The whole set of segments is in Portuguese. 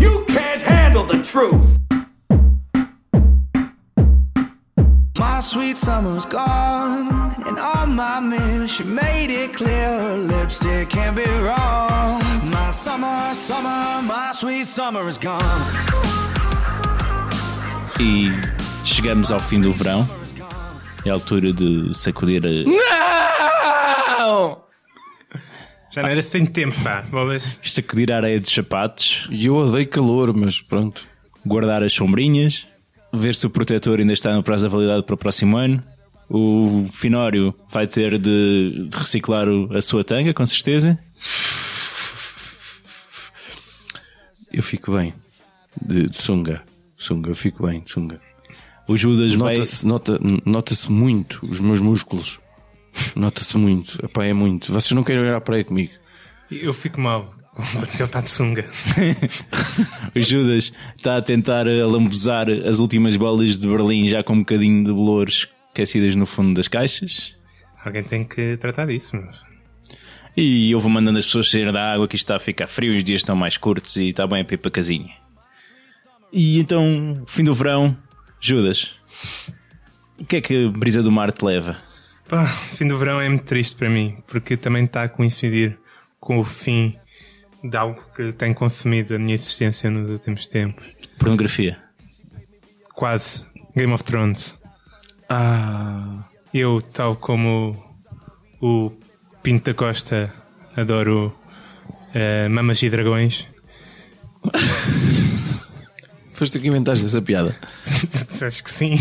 You can't handle the truth. My sweet summer's gone, and on my miss, she made it clear lipstick can't be wrong. My summer, summer, my sweet summer is gone. E chegamos ao fim do verão. É a altura de sacudir a. Não! Já não era sem tempo, pá. Bolas. sacudir a areia dos sapatos, E eu odeio calor, mas pronto. guardar as sombrinhas, ver se o protetor ainda está no prazo da validade para o próximo ano. O Finório vai ter de de reciclar o- a sua tanga, com certeza. Eu fico bem. De, de sunga. Sunga, eu fico bem, de sunga. O Judas vai. Nota-se nota, nota-se muito os meus músculos. Nota-se muito. Epá, é muito. Vocês não querem olhar para aí comigo. Eu fico mal. Ele está de sunga. O Judas está a tentar eh, lambuzar as últimas bolas de Berlim já com um bocadinho de bolores aquecidas no fundo das caixas. Alguém tem que tratar disso, mas. E eu vou mandando as pessoas sair da água, que isto está a ficar frio, os dias estão mais curtos e está bem a pipa casinha. E então, fim do verão, Judas, o que é que a brisa do mar te leva? Pá, o fim do verão é muito triste para mim, porque também está a coincidir com o fim de algo que tem consumido a minha existência nos últimos tempos. Pornografia. Quase. Game of Thrones. Ah, Eu, tal como o Pinto da Costa, adoro eh, Mamas e Dragões. foste tu que inventaste essa piada. Acho que sim.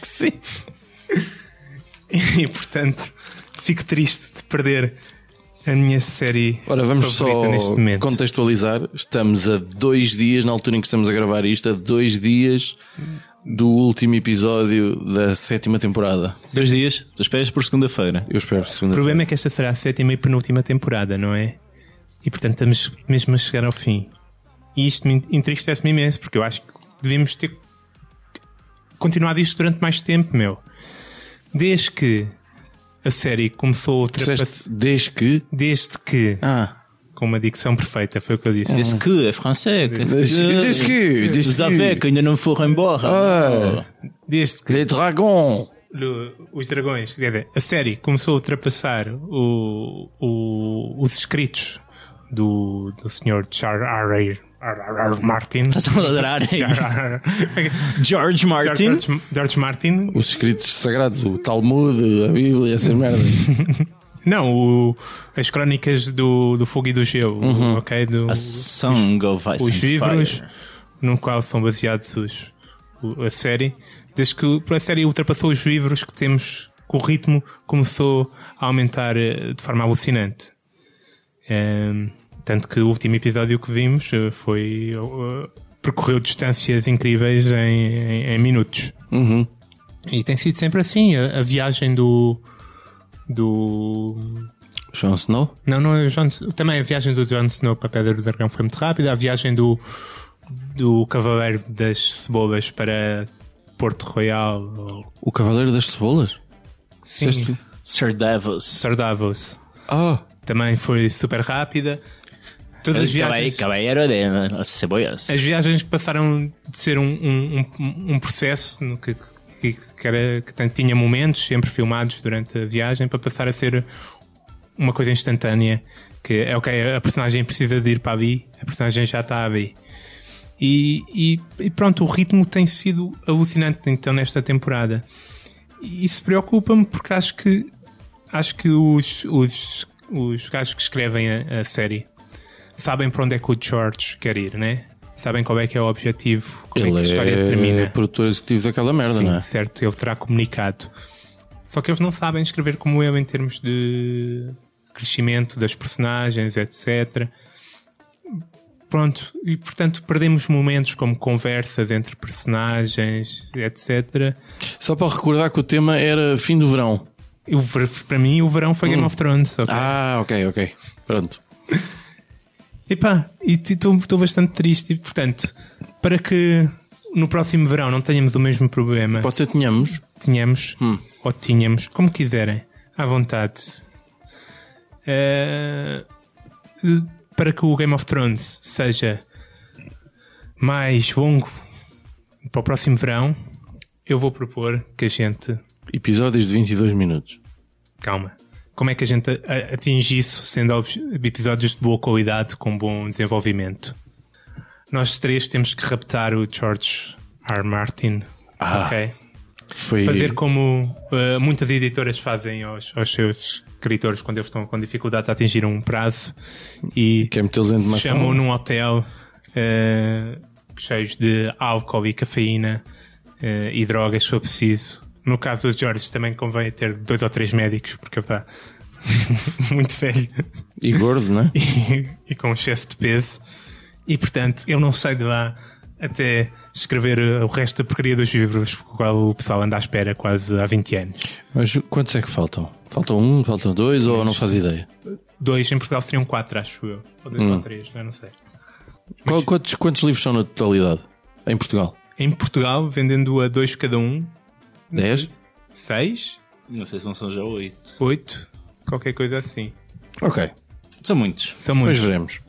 Que sim. E portanto, fico triste de perder a minha série Ora, vamos favorita só neste momento. contextualizar. Estamos a dois dias, na altura em que estamos a gravar isto, a dois dias do último episódio da sétima temporada. Dois dias, tu esperas por segunda-feira. Eu espero segunda. O problema é que esta será a sétima e penúltima temporada, não é? E portanto estamos mesmo a chegar ao fim. E isto me entristece-me imenso, porque eu acho que devíamos ter continuado isto durante mais tempo, meu. Desde que a série começou a ultrapassar. Disseste desde que. Desde que, Ah, com uma dicção perfeita, foi o que eu disse. Desde que, é francês. que- desde Eh, que. Desde que. Desde Os Avec ainda não foram embora. Ah. Desde que Les dragons. Lu- os dragões, quer dizer, a série começou a ultrapassar o- o- os escritos do, do Sr. Char R. R. Martin. Estás a ladrar é isso? George Martin. George, George Martin. Os escritos sagrados, o Talmud, a Bíblia, essas merdas. Não, o- as crónicas do, do Fogo e do Gelo, ok? Do, Uhum. A Song of Ice os and livros Fire. no qual são baseados os, o- a série. Desde que o- a série ultrapassou os livros que temos, que o ritmo começou a aumentar eh, de forma alucinante. Ehm, tanto que o último episódio que vimos eh, foi. eh, percorreu distâncias incríveis em, em- em minutos. E tem sido sempre assim. A, a viagem do. do. Jon Snow? Não, não é o Jon Snow. Também a viagem do Jon Snow para a Pedra do Dragão foi muito rápida. A viagem do, do Cavaleiro das Cebolas para Porto Royal. Ou... O Cavaleiro das Cebolas? Sim, Oh, Sir Davos. Sir Davos. Ah, Também foi super rápida. Todas as viagens, Caballero de Cebollas. as viagens passaram de ser um, um, um, um processo no que, que, que, era, que tem- tinha momentos sempre filmados durante a viagem para passar a ser uma coisa instantânea que é ok, a personagem precisa de ir para ali, a personagem já está ali. E, e- e pronto, o ritmo tem sido alucinante então nesta temporada. E isso preocupa-me porque acho que acho que os, os, os gajos que escrevem a, a série sabem para onde é que o George quer ir, né? Sabem qual é que é o objetivo, como é que a ele história é termina. produtor executivo daquela merda, Sim, não é? certo, ele terá comunicado. Só que eles não sabem escrever como eu em termos de crescimento das personagens, etc. Pronto, e portanto perdemos momentos como conversas entre personagens, etc. Só para recordar que o tema era fim do verão. E o ver- para mim, o verão foi Game of Thrones. Ah, ok? Ah, ok, ok. Pronto. E Epá, e estou bastante triste. E, portanto, para que no próximo verão não tenhamos o mesmo problema, Pode ser que tenhamos. tenhamos ou tínhamos, como quiserem, à vontade. Eh, para que o Game of Thrones seja mais longo para o próximo verão, eu vou propor que a gente Episódios de 22 minutos. Calma. Como é que a gente a- atinge isso sendo obje- episódios de boa qualidade com bom desenvolvimento? Nós três temos que raptar o George R. Martin. Ah. ok? Foi. Fazer como eh, muitas editoras fazem aos, aos seus escritores quando eles estão com dificuldade a atingir um prazo e Quer metê-los em demação? chamam num hotel eh, cheios de álcool e cafeína eh, e drogas, se for preciso. No caso dos George, também convém ter dois ou três médicos, porque ele está muito velho E gordo, não é? e, e com um excesso de peso. E portanto, ele não sai de lá até escrever eh, o resto da porcaria dos livros, com o qual o pessoal anda à espera quase há 20 anos. Mas quantos é que faltam? Faltam um, faltam dois ou não faz ideia? Dois em Portugal seriam quatro, acho eu. Ou dois ou três, já não sei. Qual- quantos, quantos livros são na totalidade? Em Portugal? Em Portugal, vendendo a dois cada um, Dez? seis, Não sei se não são já oito. oito, qualquer coisa assim. Ok. São muitos. São Depois muitos. veremos.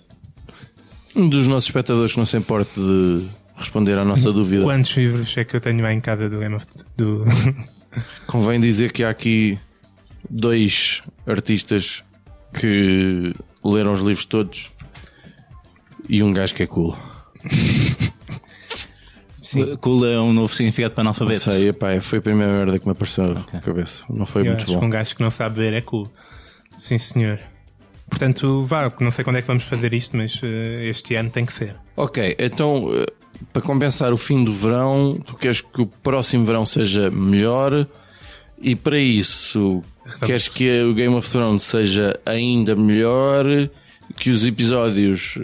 Um dos nossos espectadores que não se importe de responder à nossa dúvida. Quantos livros é que eu tenho lá em casa do Game of do Convém dizer que há aqui dois artistas que leram os livros todos e um gajo que é cool. Cool é um novo significado para Não analfabeto. sei, epá, foi a primeira merda que me apareceu na cabeça. Não foi Eu muito acho que bom. um gajo que não sabe ler é cool. Sim, senhor. Portanto, vá, não sei quando é que vamos fazer isto, mas eh, este ano tem que ser. Ok, então eh, para compensar o fim do verão, tu queres que o próximo verão seja melhor e para isso queres que o Game of Thrones seja ainda melhor, que os episódios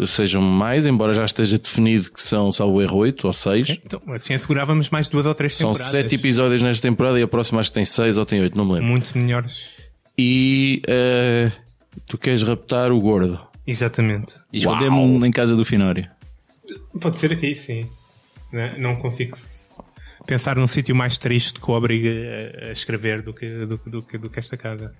eh, sejam mais, embora já esteja definido que são, salvo erro, 8 ou 6. Então, assim assegurávamos mais duas ou três São temporadas. sete episódios nesta temporada e a próxima acho que tem seis ou tem oito, não me lembro. Muito melhores. E eh, tu queres raptar o gordo. Exatamente. E escondemos um em casa do Finório. Pode ser aqui, sim. Né? Não consigo pensar num sítio mais triste que o obrigue a, a escrever do que, do, do, que- do que esta casa.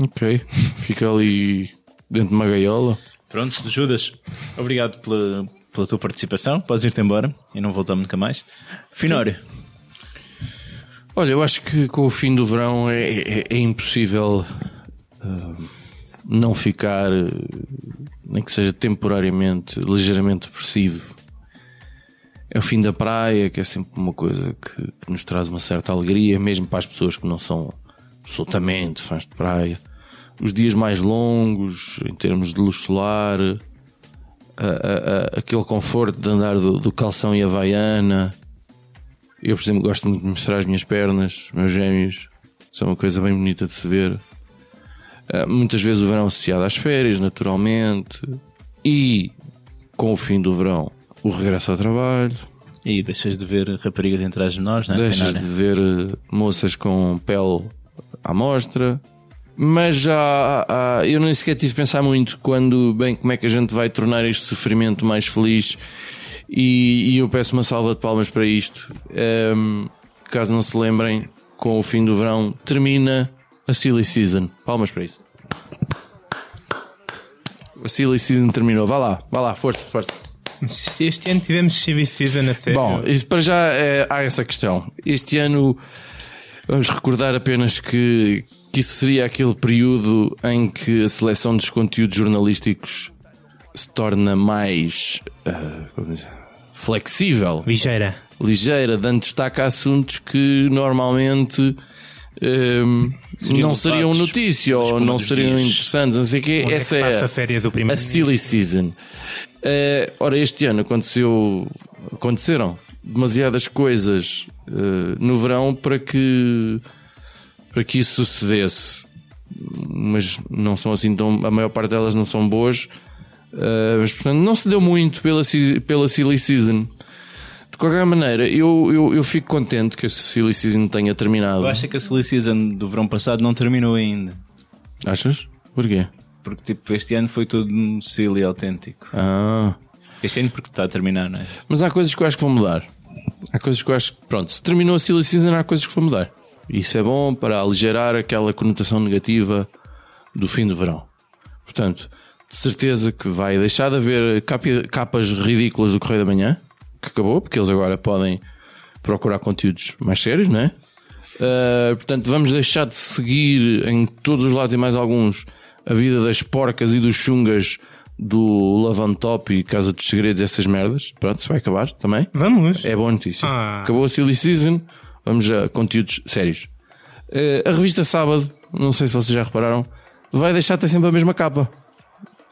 Ok. Fica ali dentro de uma gaiola. Pronto, Judas, obrigado pela, pela tua participação. Podes ir-te embora e não voltamos nunca mais. Finório, Olha, eu acho que com o fim do verão é, é- é impossível ah, não ficar, eh, nem que seja temporariamente, ligeiramente depressivo. É o fim da praia, que é sempre uma coisa que, que nos traz uma certa alegria, mesmo para as pessoas que não são absolutamente fãs de praia. Os dias mais longos, em termos de luz solar, eh, a- a- a- aquele conforto de andar do, do calção e havaiana. Eu, por exemplo, gosto muito de mostrar as minhas pernas, os meus gêmeos. São uma coisa bem bonita de se ver. Ah, muitas vezes o verão associado às férias, naturalmente. E com o fim do verão, o regresso ao trabalho. e deixas de ver raparigas entre as menores, não é? Deixas de Finório? ver eh, moças com pele à mostra. Mas já ah, eu nem sequer tive de pensar muito quando, bem, como é que a gente vai tornar este sofrimento mais feliz. E, e eu peço uma salva de palmas para isto. Ehm, caso não se lembrem, com o fim do verão termina a Silly Season. Palmas para isso. A Silly Season terminou. Vá lá, vá lá, força, força. Mas este- este ano tivemos Civi Season a sério. Bom, isso para já é, há essa questão. Este ano vamos recordar apenas que, que isso seria aquele período em que a seleção dos conteúdos jornalísticos se torna mais ah, como dizer, flexível, Ligeira. ligeira, dando destaque a assuntos que normalmente ehm, Seriam não seriam debates, notícia ou como não dos seriam dias. interessantes, não sei o quê. Onde Essa é é que passa a férias do a primeiro silly season. Eh, ora, este ano aconteceu, aconteceram demasiadas coisas eh, no verão para que, para que isso sucedesse, mas não são assim tão, a maior parte delas não são boas, Eh, mas portanto não se deu muito pela, si- pela silly season. De qualquer maneira, eu, eu, eu fico contente que a silly season tenha terminado. Eu acho que a Silly Season do verão passado não terminou ainda. Achas? Porquê? Porque tipo, este ano foi tudo um Cecília autêntico. Ah. Este ano porque está a terminar, não é? Mas há coisas que eu acho que vão mudar. Há coisas que eu acho que, pronto, se terminou a Silly Season, há coisas que vão mudar. Isso é bom para aligerar aquela conotação negativa do fim do verão. Portanto, de certeza que vai deixar de haver capi- capas ridículas do Correio da Manhã, que acabou, porque eles agora podem procurar conteúdos mais sérios, não é? Uh, portanto, vamos deixar de seguir em todos os lados e mais alguns a vida das porcas e dos chungas do Lavantop e Casa dos Segredos, essas merdas. Pronto, isso vai acabar também. Vamos. É boa notícia. Ah. Acabou a Silly Season, vamos a conteúdos sérios. Eh, a revista Sábado, não sei se vocês já repararam, vai deixar de ter sempre a mesma capa.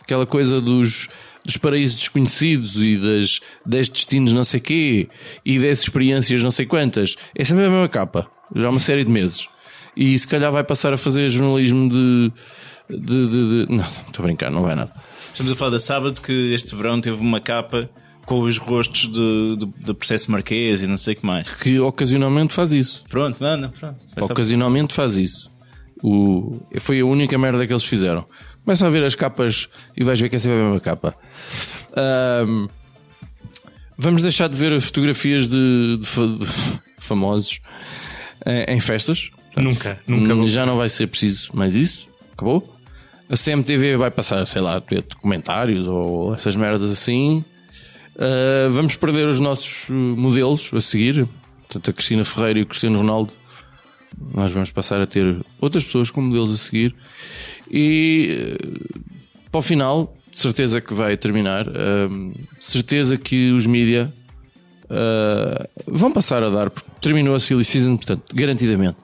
Aquela coisa dos, dos paraísos desconhecidos e das 10 destinos não sei quê e 10 experiências não sei quantas. É sempre a mesma capa, já há uma série de meses. E se calhar vai passar a fazer jornalismo de. de, de- de- Não, estou a brincar, não vai nada. Estamos a falar da sábado que este verão teve uma capa com os rostos do, do, do processo marquês e não sei o que mais. Que ocasionalmente faz isso. Pronto, não, não, pronto. Foi só- ocasionalmente faz isso. O, foi a única merda que eles fizeram. Começa a ver as capas e vais ver que é sempre a mesma capa. Ahm, vamos deixar de ver fotografias de, de fa- de famosos eh, em, em festas. Nunca, nunca vou. Já não vai ser preciso mais isso. Acabou. A CMTV vai passar, sei lá, a ter documentários ou essas merdas assim. Uh, vamos perder os nossos uh, modelos a seguir. Portanto, a Cristina Ferreira e o Cristiano Ronaldo. Nós vamos passar a ter outras pessoas como modelos a seguir. E uh, para o final, de certeza que vai terminar. um, certeza que os mídia uh, vão passar a dar, porque terminou a Silly Season, portanto, garantidamente.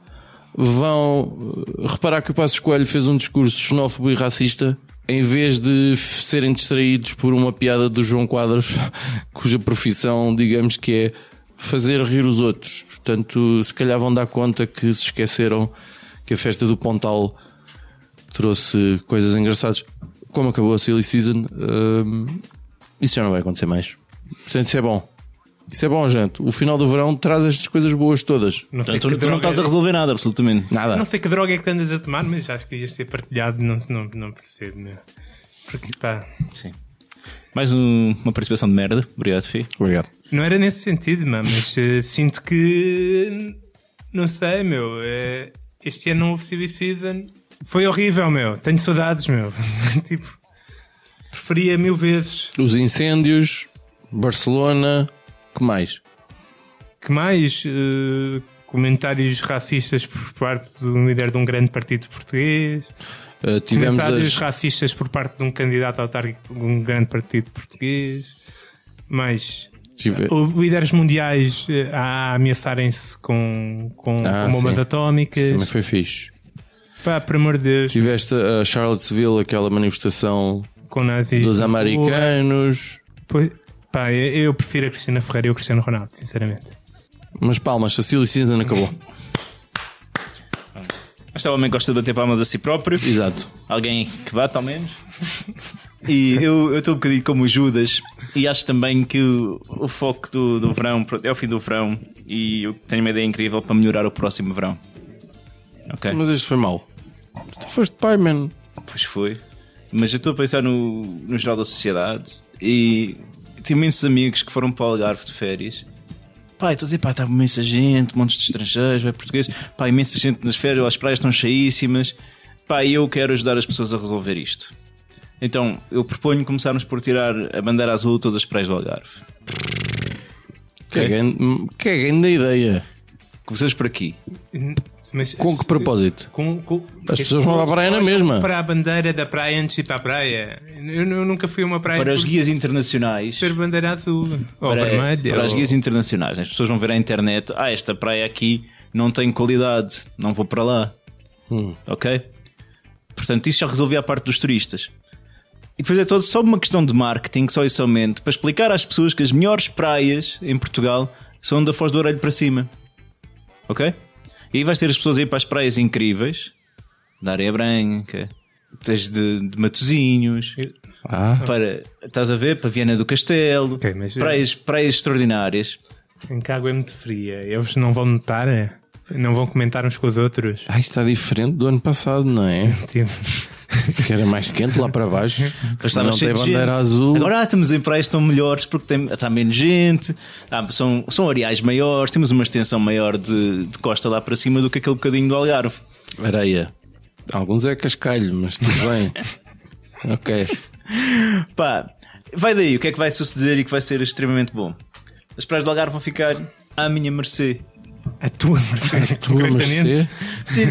Vão uh, reparar que o Passos Coelho fez um discurso xenófobo e racista em vez de f- serem distraídos por uma piada do João Quadros, cuja profissão, digamos que é fazer rir os outros. Portanto, se calhar vão dar conta que se esqueceram que a festa do Pontal trouxe coisas engraçadas. Como acabou a Silly Season, hum, isso já não vai acontecer mais. Portanto, isso é bom. Isso é bom, gente. O final do verão traz estas coisas boas todas. Não sei, Portanto, tu, que tu não droga, estás a resolver nada, absolutamente. Nada. não sei que droga é que tu andas a tomar, mas acho que devia ser partilhado. Não, não, não percebo. Meu. Porque pá. Sim. Mais um- uma participação de merda. Obrigado, Fih. Obrigado. Não era nesse sentido, mano, mas eh, sinto que. n- Não sei, meu. eh, este ano não houve CB Season. Foi horrível, meu. Tenho saudades, meu. tipo, preferia mil vezes. Os incêndios, Barcelona, que mais? Que mais eh, comentários racistas por parte do líder de um grande partido português. Uh, tivemos comentários as. racistas por parte de um candidato autárquico de um grande partido português. Mas tive- Houve líderes mundiais eh, a ameaçarem-se com, com, Ah, com bombas sim. Isso também atómicas. foi fixe. Pá, por amor de Deus, Tiveste a Charlottesville, aquela manifestação com nazis. dos na rua. americanos. Pois- Pá, eu, eu prefiro a Cristina Ferreira e o Cristiano Ronaldo, sinceramente. Mas palmas, a Silly Season acabou. Mas tal homem gosta de bater palmas a si próprio. Exato. Alguém que bate, ao menos. E eu eu estou um bocadinho como o Judas e acho também que o, o foco do, do verão pronto, é o fim do verão e eu tenho uma ideia incrível para melhorar o próximo verão. Ok, Mas este foi mau. Tu foste pai, mano. pois foi. Mas eu estou a pensar no, no geral da sociedade e tenho imensos amigos que foram para o Algarve de férias. Pá, eu estou a dizer, pá, estava imensa gente, montes de estrangeiros, vai português, pá, imensa gente nas férias, as praias estão cheíssimas. Pá, e eu quero ajudar as pessoas a resolver isto. Então, eu proponho começarmos por tirar a bandeira azul de todas as praias do Algarve. Que é grande- que é grande ideia. Começamos por aqui. Mas- Com que propósito? Com- com- As pessoas vão para a praia na olham mesma. Para a bandeira da praia antes de ir para a praia. Eu, eu nunca fui a uma praia Para as por guias internacionais. É, ser bandeira azul ou para, vermelha. para as ou- guias internacionais. né? As pessoas vão ver à internet: ah, esta praia aqui não tem qualidade, não vou para lá. Ok? Portanto, isso já resolvia a parte dos turistas. E depois é todo só uma questão de marketing, só e somente, para explicar às pessoas que as melhores praias em Portugal são da Foz do Orelho para cima. Ok? E aí vais ter as pessoas a ir para as praias incríveis da Areia Branca, tens de, de Matozinhos, Ah, para, estás a ver, para Viana do Castelo, Ok, mas- praias, praias extraordinárias. Em que a água é muito fria. Eles não vão notar, eh? não vão comentar uns com os outros. ah, isto está diferente do ano passado, não é? Tipo, que era mais quente lá para baixo. Mas estava não cheio tem de bandeira gente. azul. Agora ah, temos em praias que estão melhores porque tem, está menos gente, há- são, são areais maiores, temos uma extensão maior de, de costa lá para cima do que aquele bocadinho do Algarve. Areia. Alguns é cascalho, mas tudo bem. ok. Pá, vai daí, o que é que vai suceder e que vai ser extremamente bom? As praias do Algarve vão ficar à minha mercê. A tua mercê, Tu é? vamos concretamente. ser-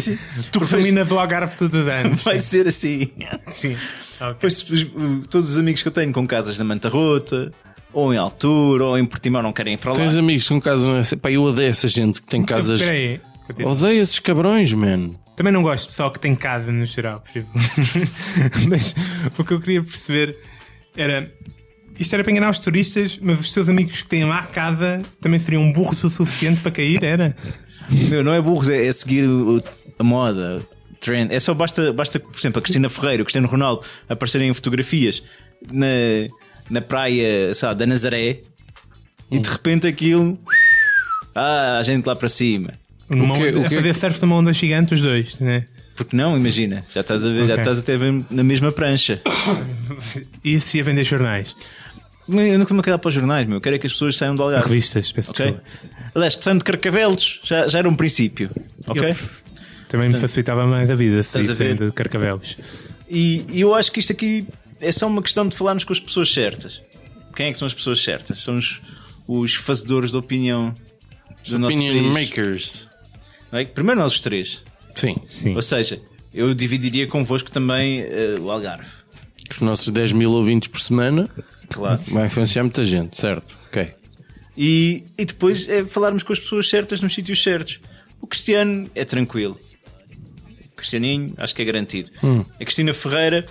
Sim, sim. Tu famina do Algarve todos os anos. Vai ser assim. Sim. Ok. Pois, os- o- todos os amigos que eu tenho com casas na Manta Rota, ou em Altura, ou em Portimão, não querem ir para lá. Tens amigos com casas nessa. é assim. Pá, eu odeio essa gente que tem casas. Espera aí. Continua. Odeio esses cabrões, man. Também não gosto de pessoal que tem casa no geral, prefiro. mas o que eu queria perceber era. Isto era para enganar os turistas, mas os teus amigos que têm lá casa também seriam burros o suficiente para cair, era? Meu, não é burros, é, é seguir o- o- a moda, o trend. É só basta, basta, por exemplo, a Cristina Ferreira, o Cristiano Ronaldo aparecerem em fotografias na, na praia sabe, da Nazaré e de repente aquilo. Ah, a gente lá para cima. Numa que- é onda- o a que- fazer surf numa onda gigante, os dois, né? Porque não, imagina, já estás a ver, já Ok. estás até a ver na mesma prancha. Isso ia vender jornais. Mas Eu nunca me quero para os jornais, meu. Eu Quero é que as pessoas saiam do Algarve. Revistas, peço Ok? desculpa. Aliás, que saiam de carcavelos já, já era um princípio. Ok? Eu- Também me facilitava mais a vida, se Estás a dissem ver? de carcavelos. E, e eu acho que isto aqui é só uma questão de falarmos com as pessoas certas. Quem é que são as pessoas certas? São os, os fazedores da opinião do nosso Opinion país. makers. não é? Primeiro nós os três. Sim. Sim. Ou seja, eu dividiria convosco também eh, o Algarve. Os nossos 10 mil ouvintes por semana Ah, Claro. vai influenciar muita gente, certo? Ok. E, e depois é falarmos com as pessoas certas nos sítios certos. O Cristiano é tranquilo. O Cristianinho, acho que é garantido. Hum. A Cristina Ferreira,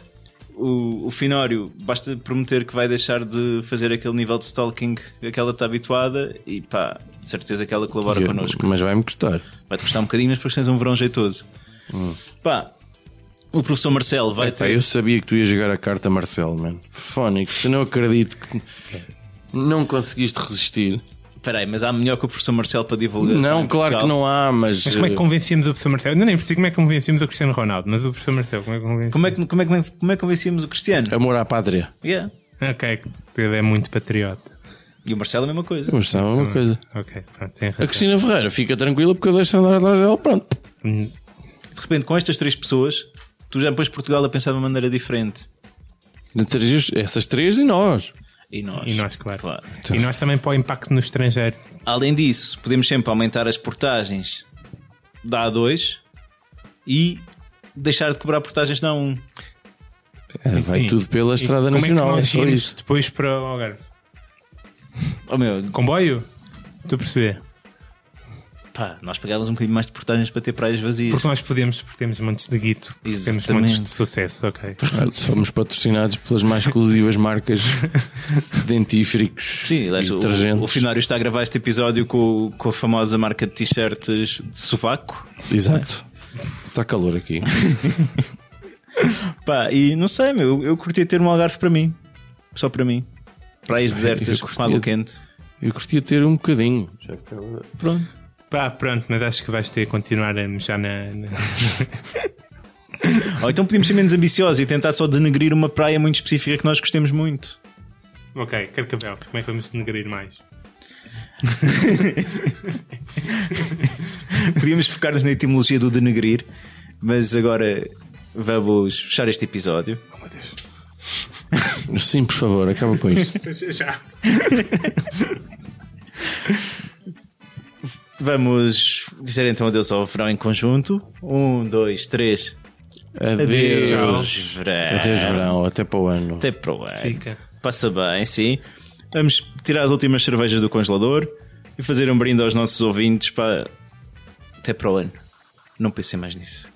o, o Finório, basta prometer que vai deixar de fazer aquele nível de stalking a que ela está habituada e pá, de certeza que ela colabora Eu- connosco. mas vai-me custar. Vai-te custar um bocadinho, mas depois tens um verão jeitoso. Pá, o professor Marcelo vai Pá, ter. Hum. eu sabia que tu ias jogar a carta Marcelo, mano. Fónico, se não acredito que não conseguiste resistir. Espera aí, mas há melhor que o professor Marcelo para divulgar. não, claro que não há, mas. Mas como é que eh, convencíamos o professor Marcelo? Ainda nem percebi como é que convencíamos o Cristiano Ronaldo, mas o professor Marcelo, como é que convencíamos? Como é que, como é que, como é que convencíamos o Cristiano? eh, Amor à pátria. Yeah. Ok, que é muito patriota. E o Marcelo é a mesma coisa. Mas sabe uma coisa. Ok, pronto, tem A razão. Cristina Ferreira fica tranquila porque eu deixo andar atrás dela, pronto. de repente com estas três pessoas, tu já pões Portugal a pensar de uma maneira diferente. Entre as- Essas três e nós. E nós. E nós, claro. E nós também para o impacto no estrangeiro. Além disso, podemos sempre aumentar as portagens da A2 e deixar de cobrar portagens da A1. É, vai Sim. tudo pela E Estrada como Nacional, é é, que nós só íamos isso. depois para o Algarve? Oh meu, Comboio? Estou a perceber. pá, nós pagávamos um bocadinho mais de portagens para ter praias vazias. Porque nós podemos, porque temos montes de guito, porque temos Exatamente. montes de sucesso, ok. Ah, Somos patrocinados pelas mais exclusivas marcas de dentífricos Sim, aliás, e o, detergentes. o Finário está a gravar este episódio com, com a famosa marca de t-shirts de sovaco. Exato. Está calor aqui. Pá, e não sei, meu, eu, eu curtia ter um Algarve para mim. Só para mim. Praias desertas, com curtia. água quente. Eu curtia ter um bocadinho. Já Pronto. Pá, pronto, mas acho que vais ter que continuar a mejar na. na- Ou então podíamos ser menos ambiciosos e tentar só denegrir uma praia muito específica que nós gostemos muito. ok, Carcavel, como é que vamos denegrir mais? Podíamos focar-nos na etimologia do denegrir, mas agora vamos fechar este episódio. Oh meu Deus. Sim, por favor, acaba com isto. Já. Vamos dizer então adeus ao verão em conjunto. Um, dois, três. Adeus. Adeus, verão. Adeus, verão. Até para o ano. Até para o ano. Fica. Passa bem, sim. Vamos tirar as últimas cervejas do congelador e fazer um brinde aos nossos ouvintes para. Até para o ano. Não pensem mais nisso.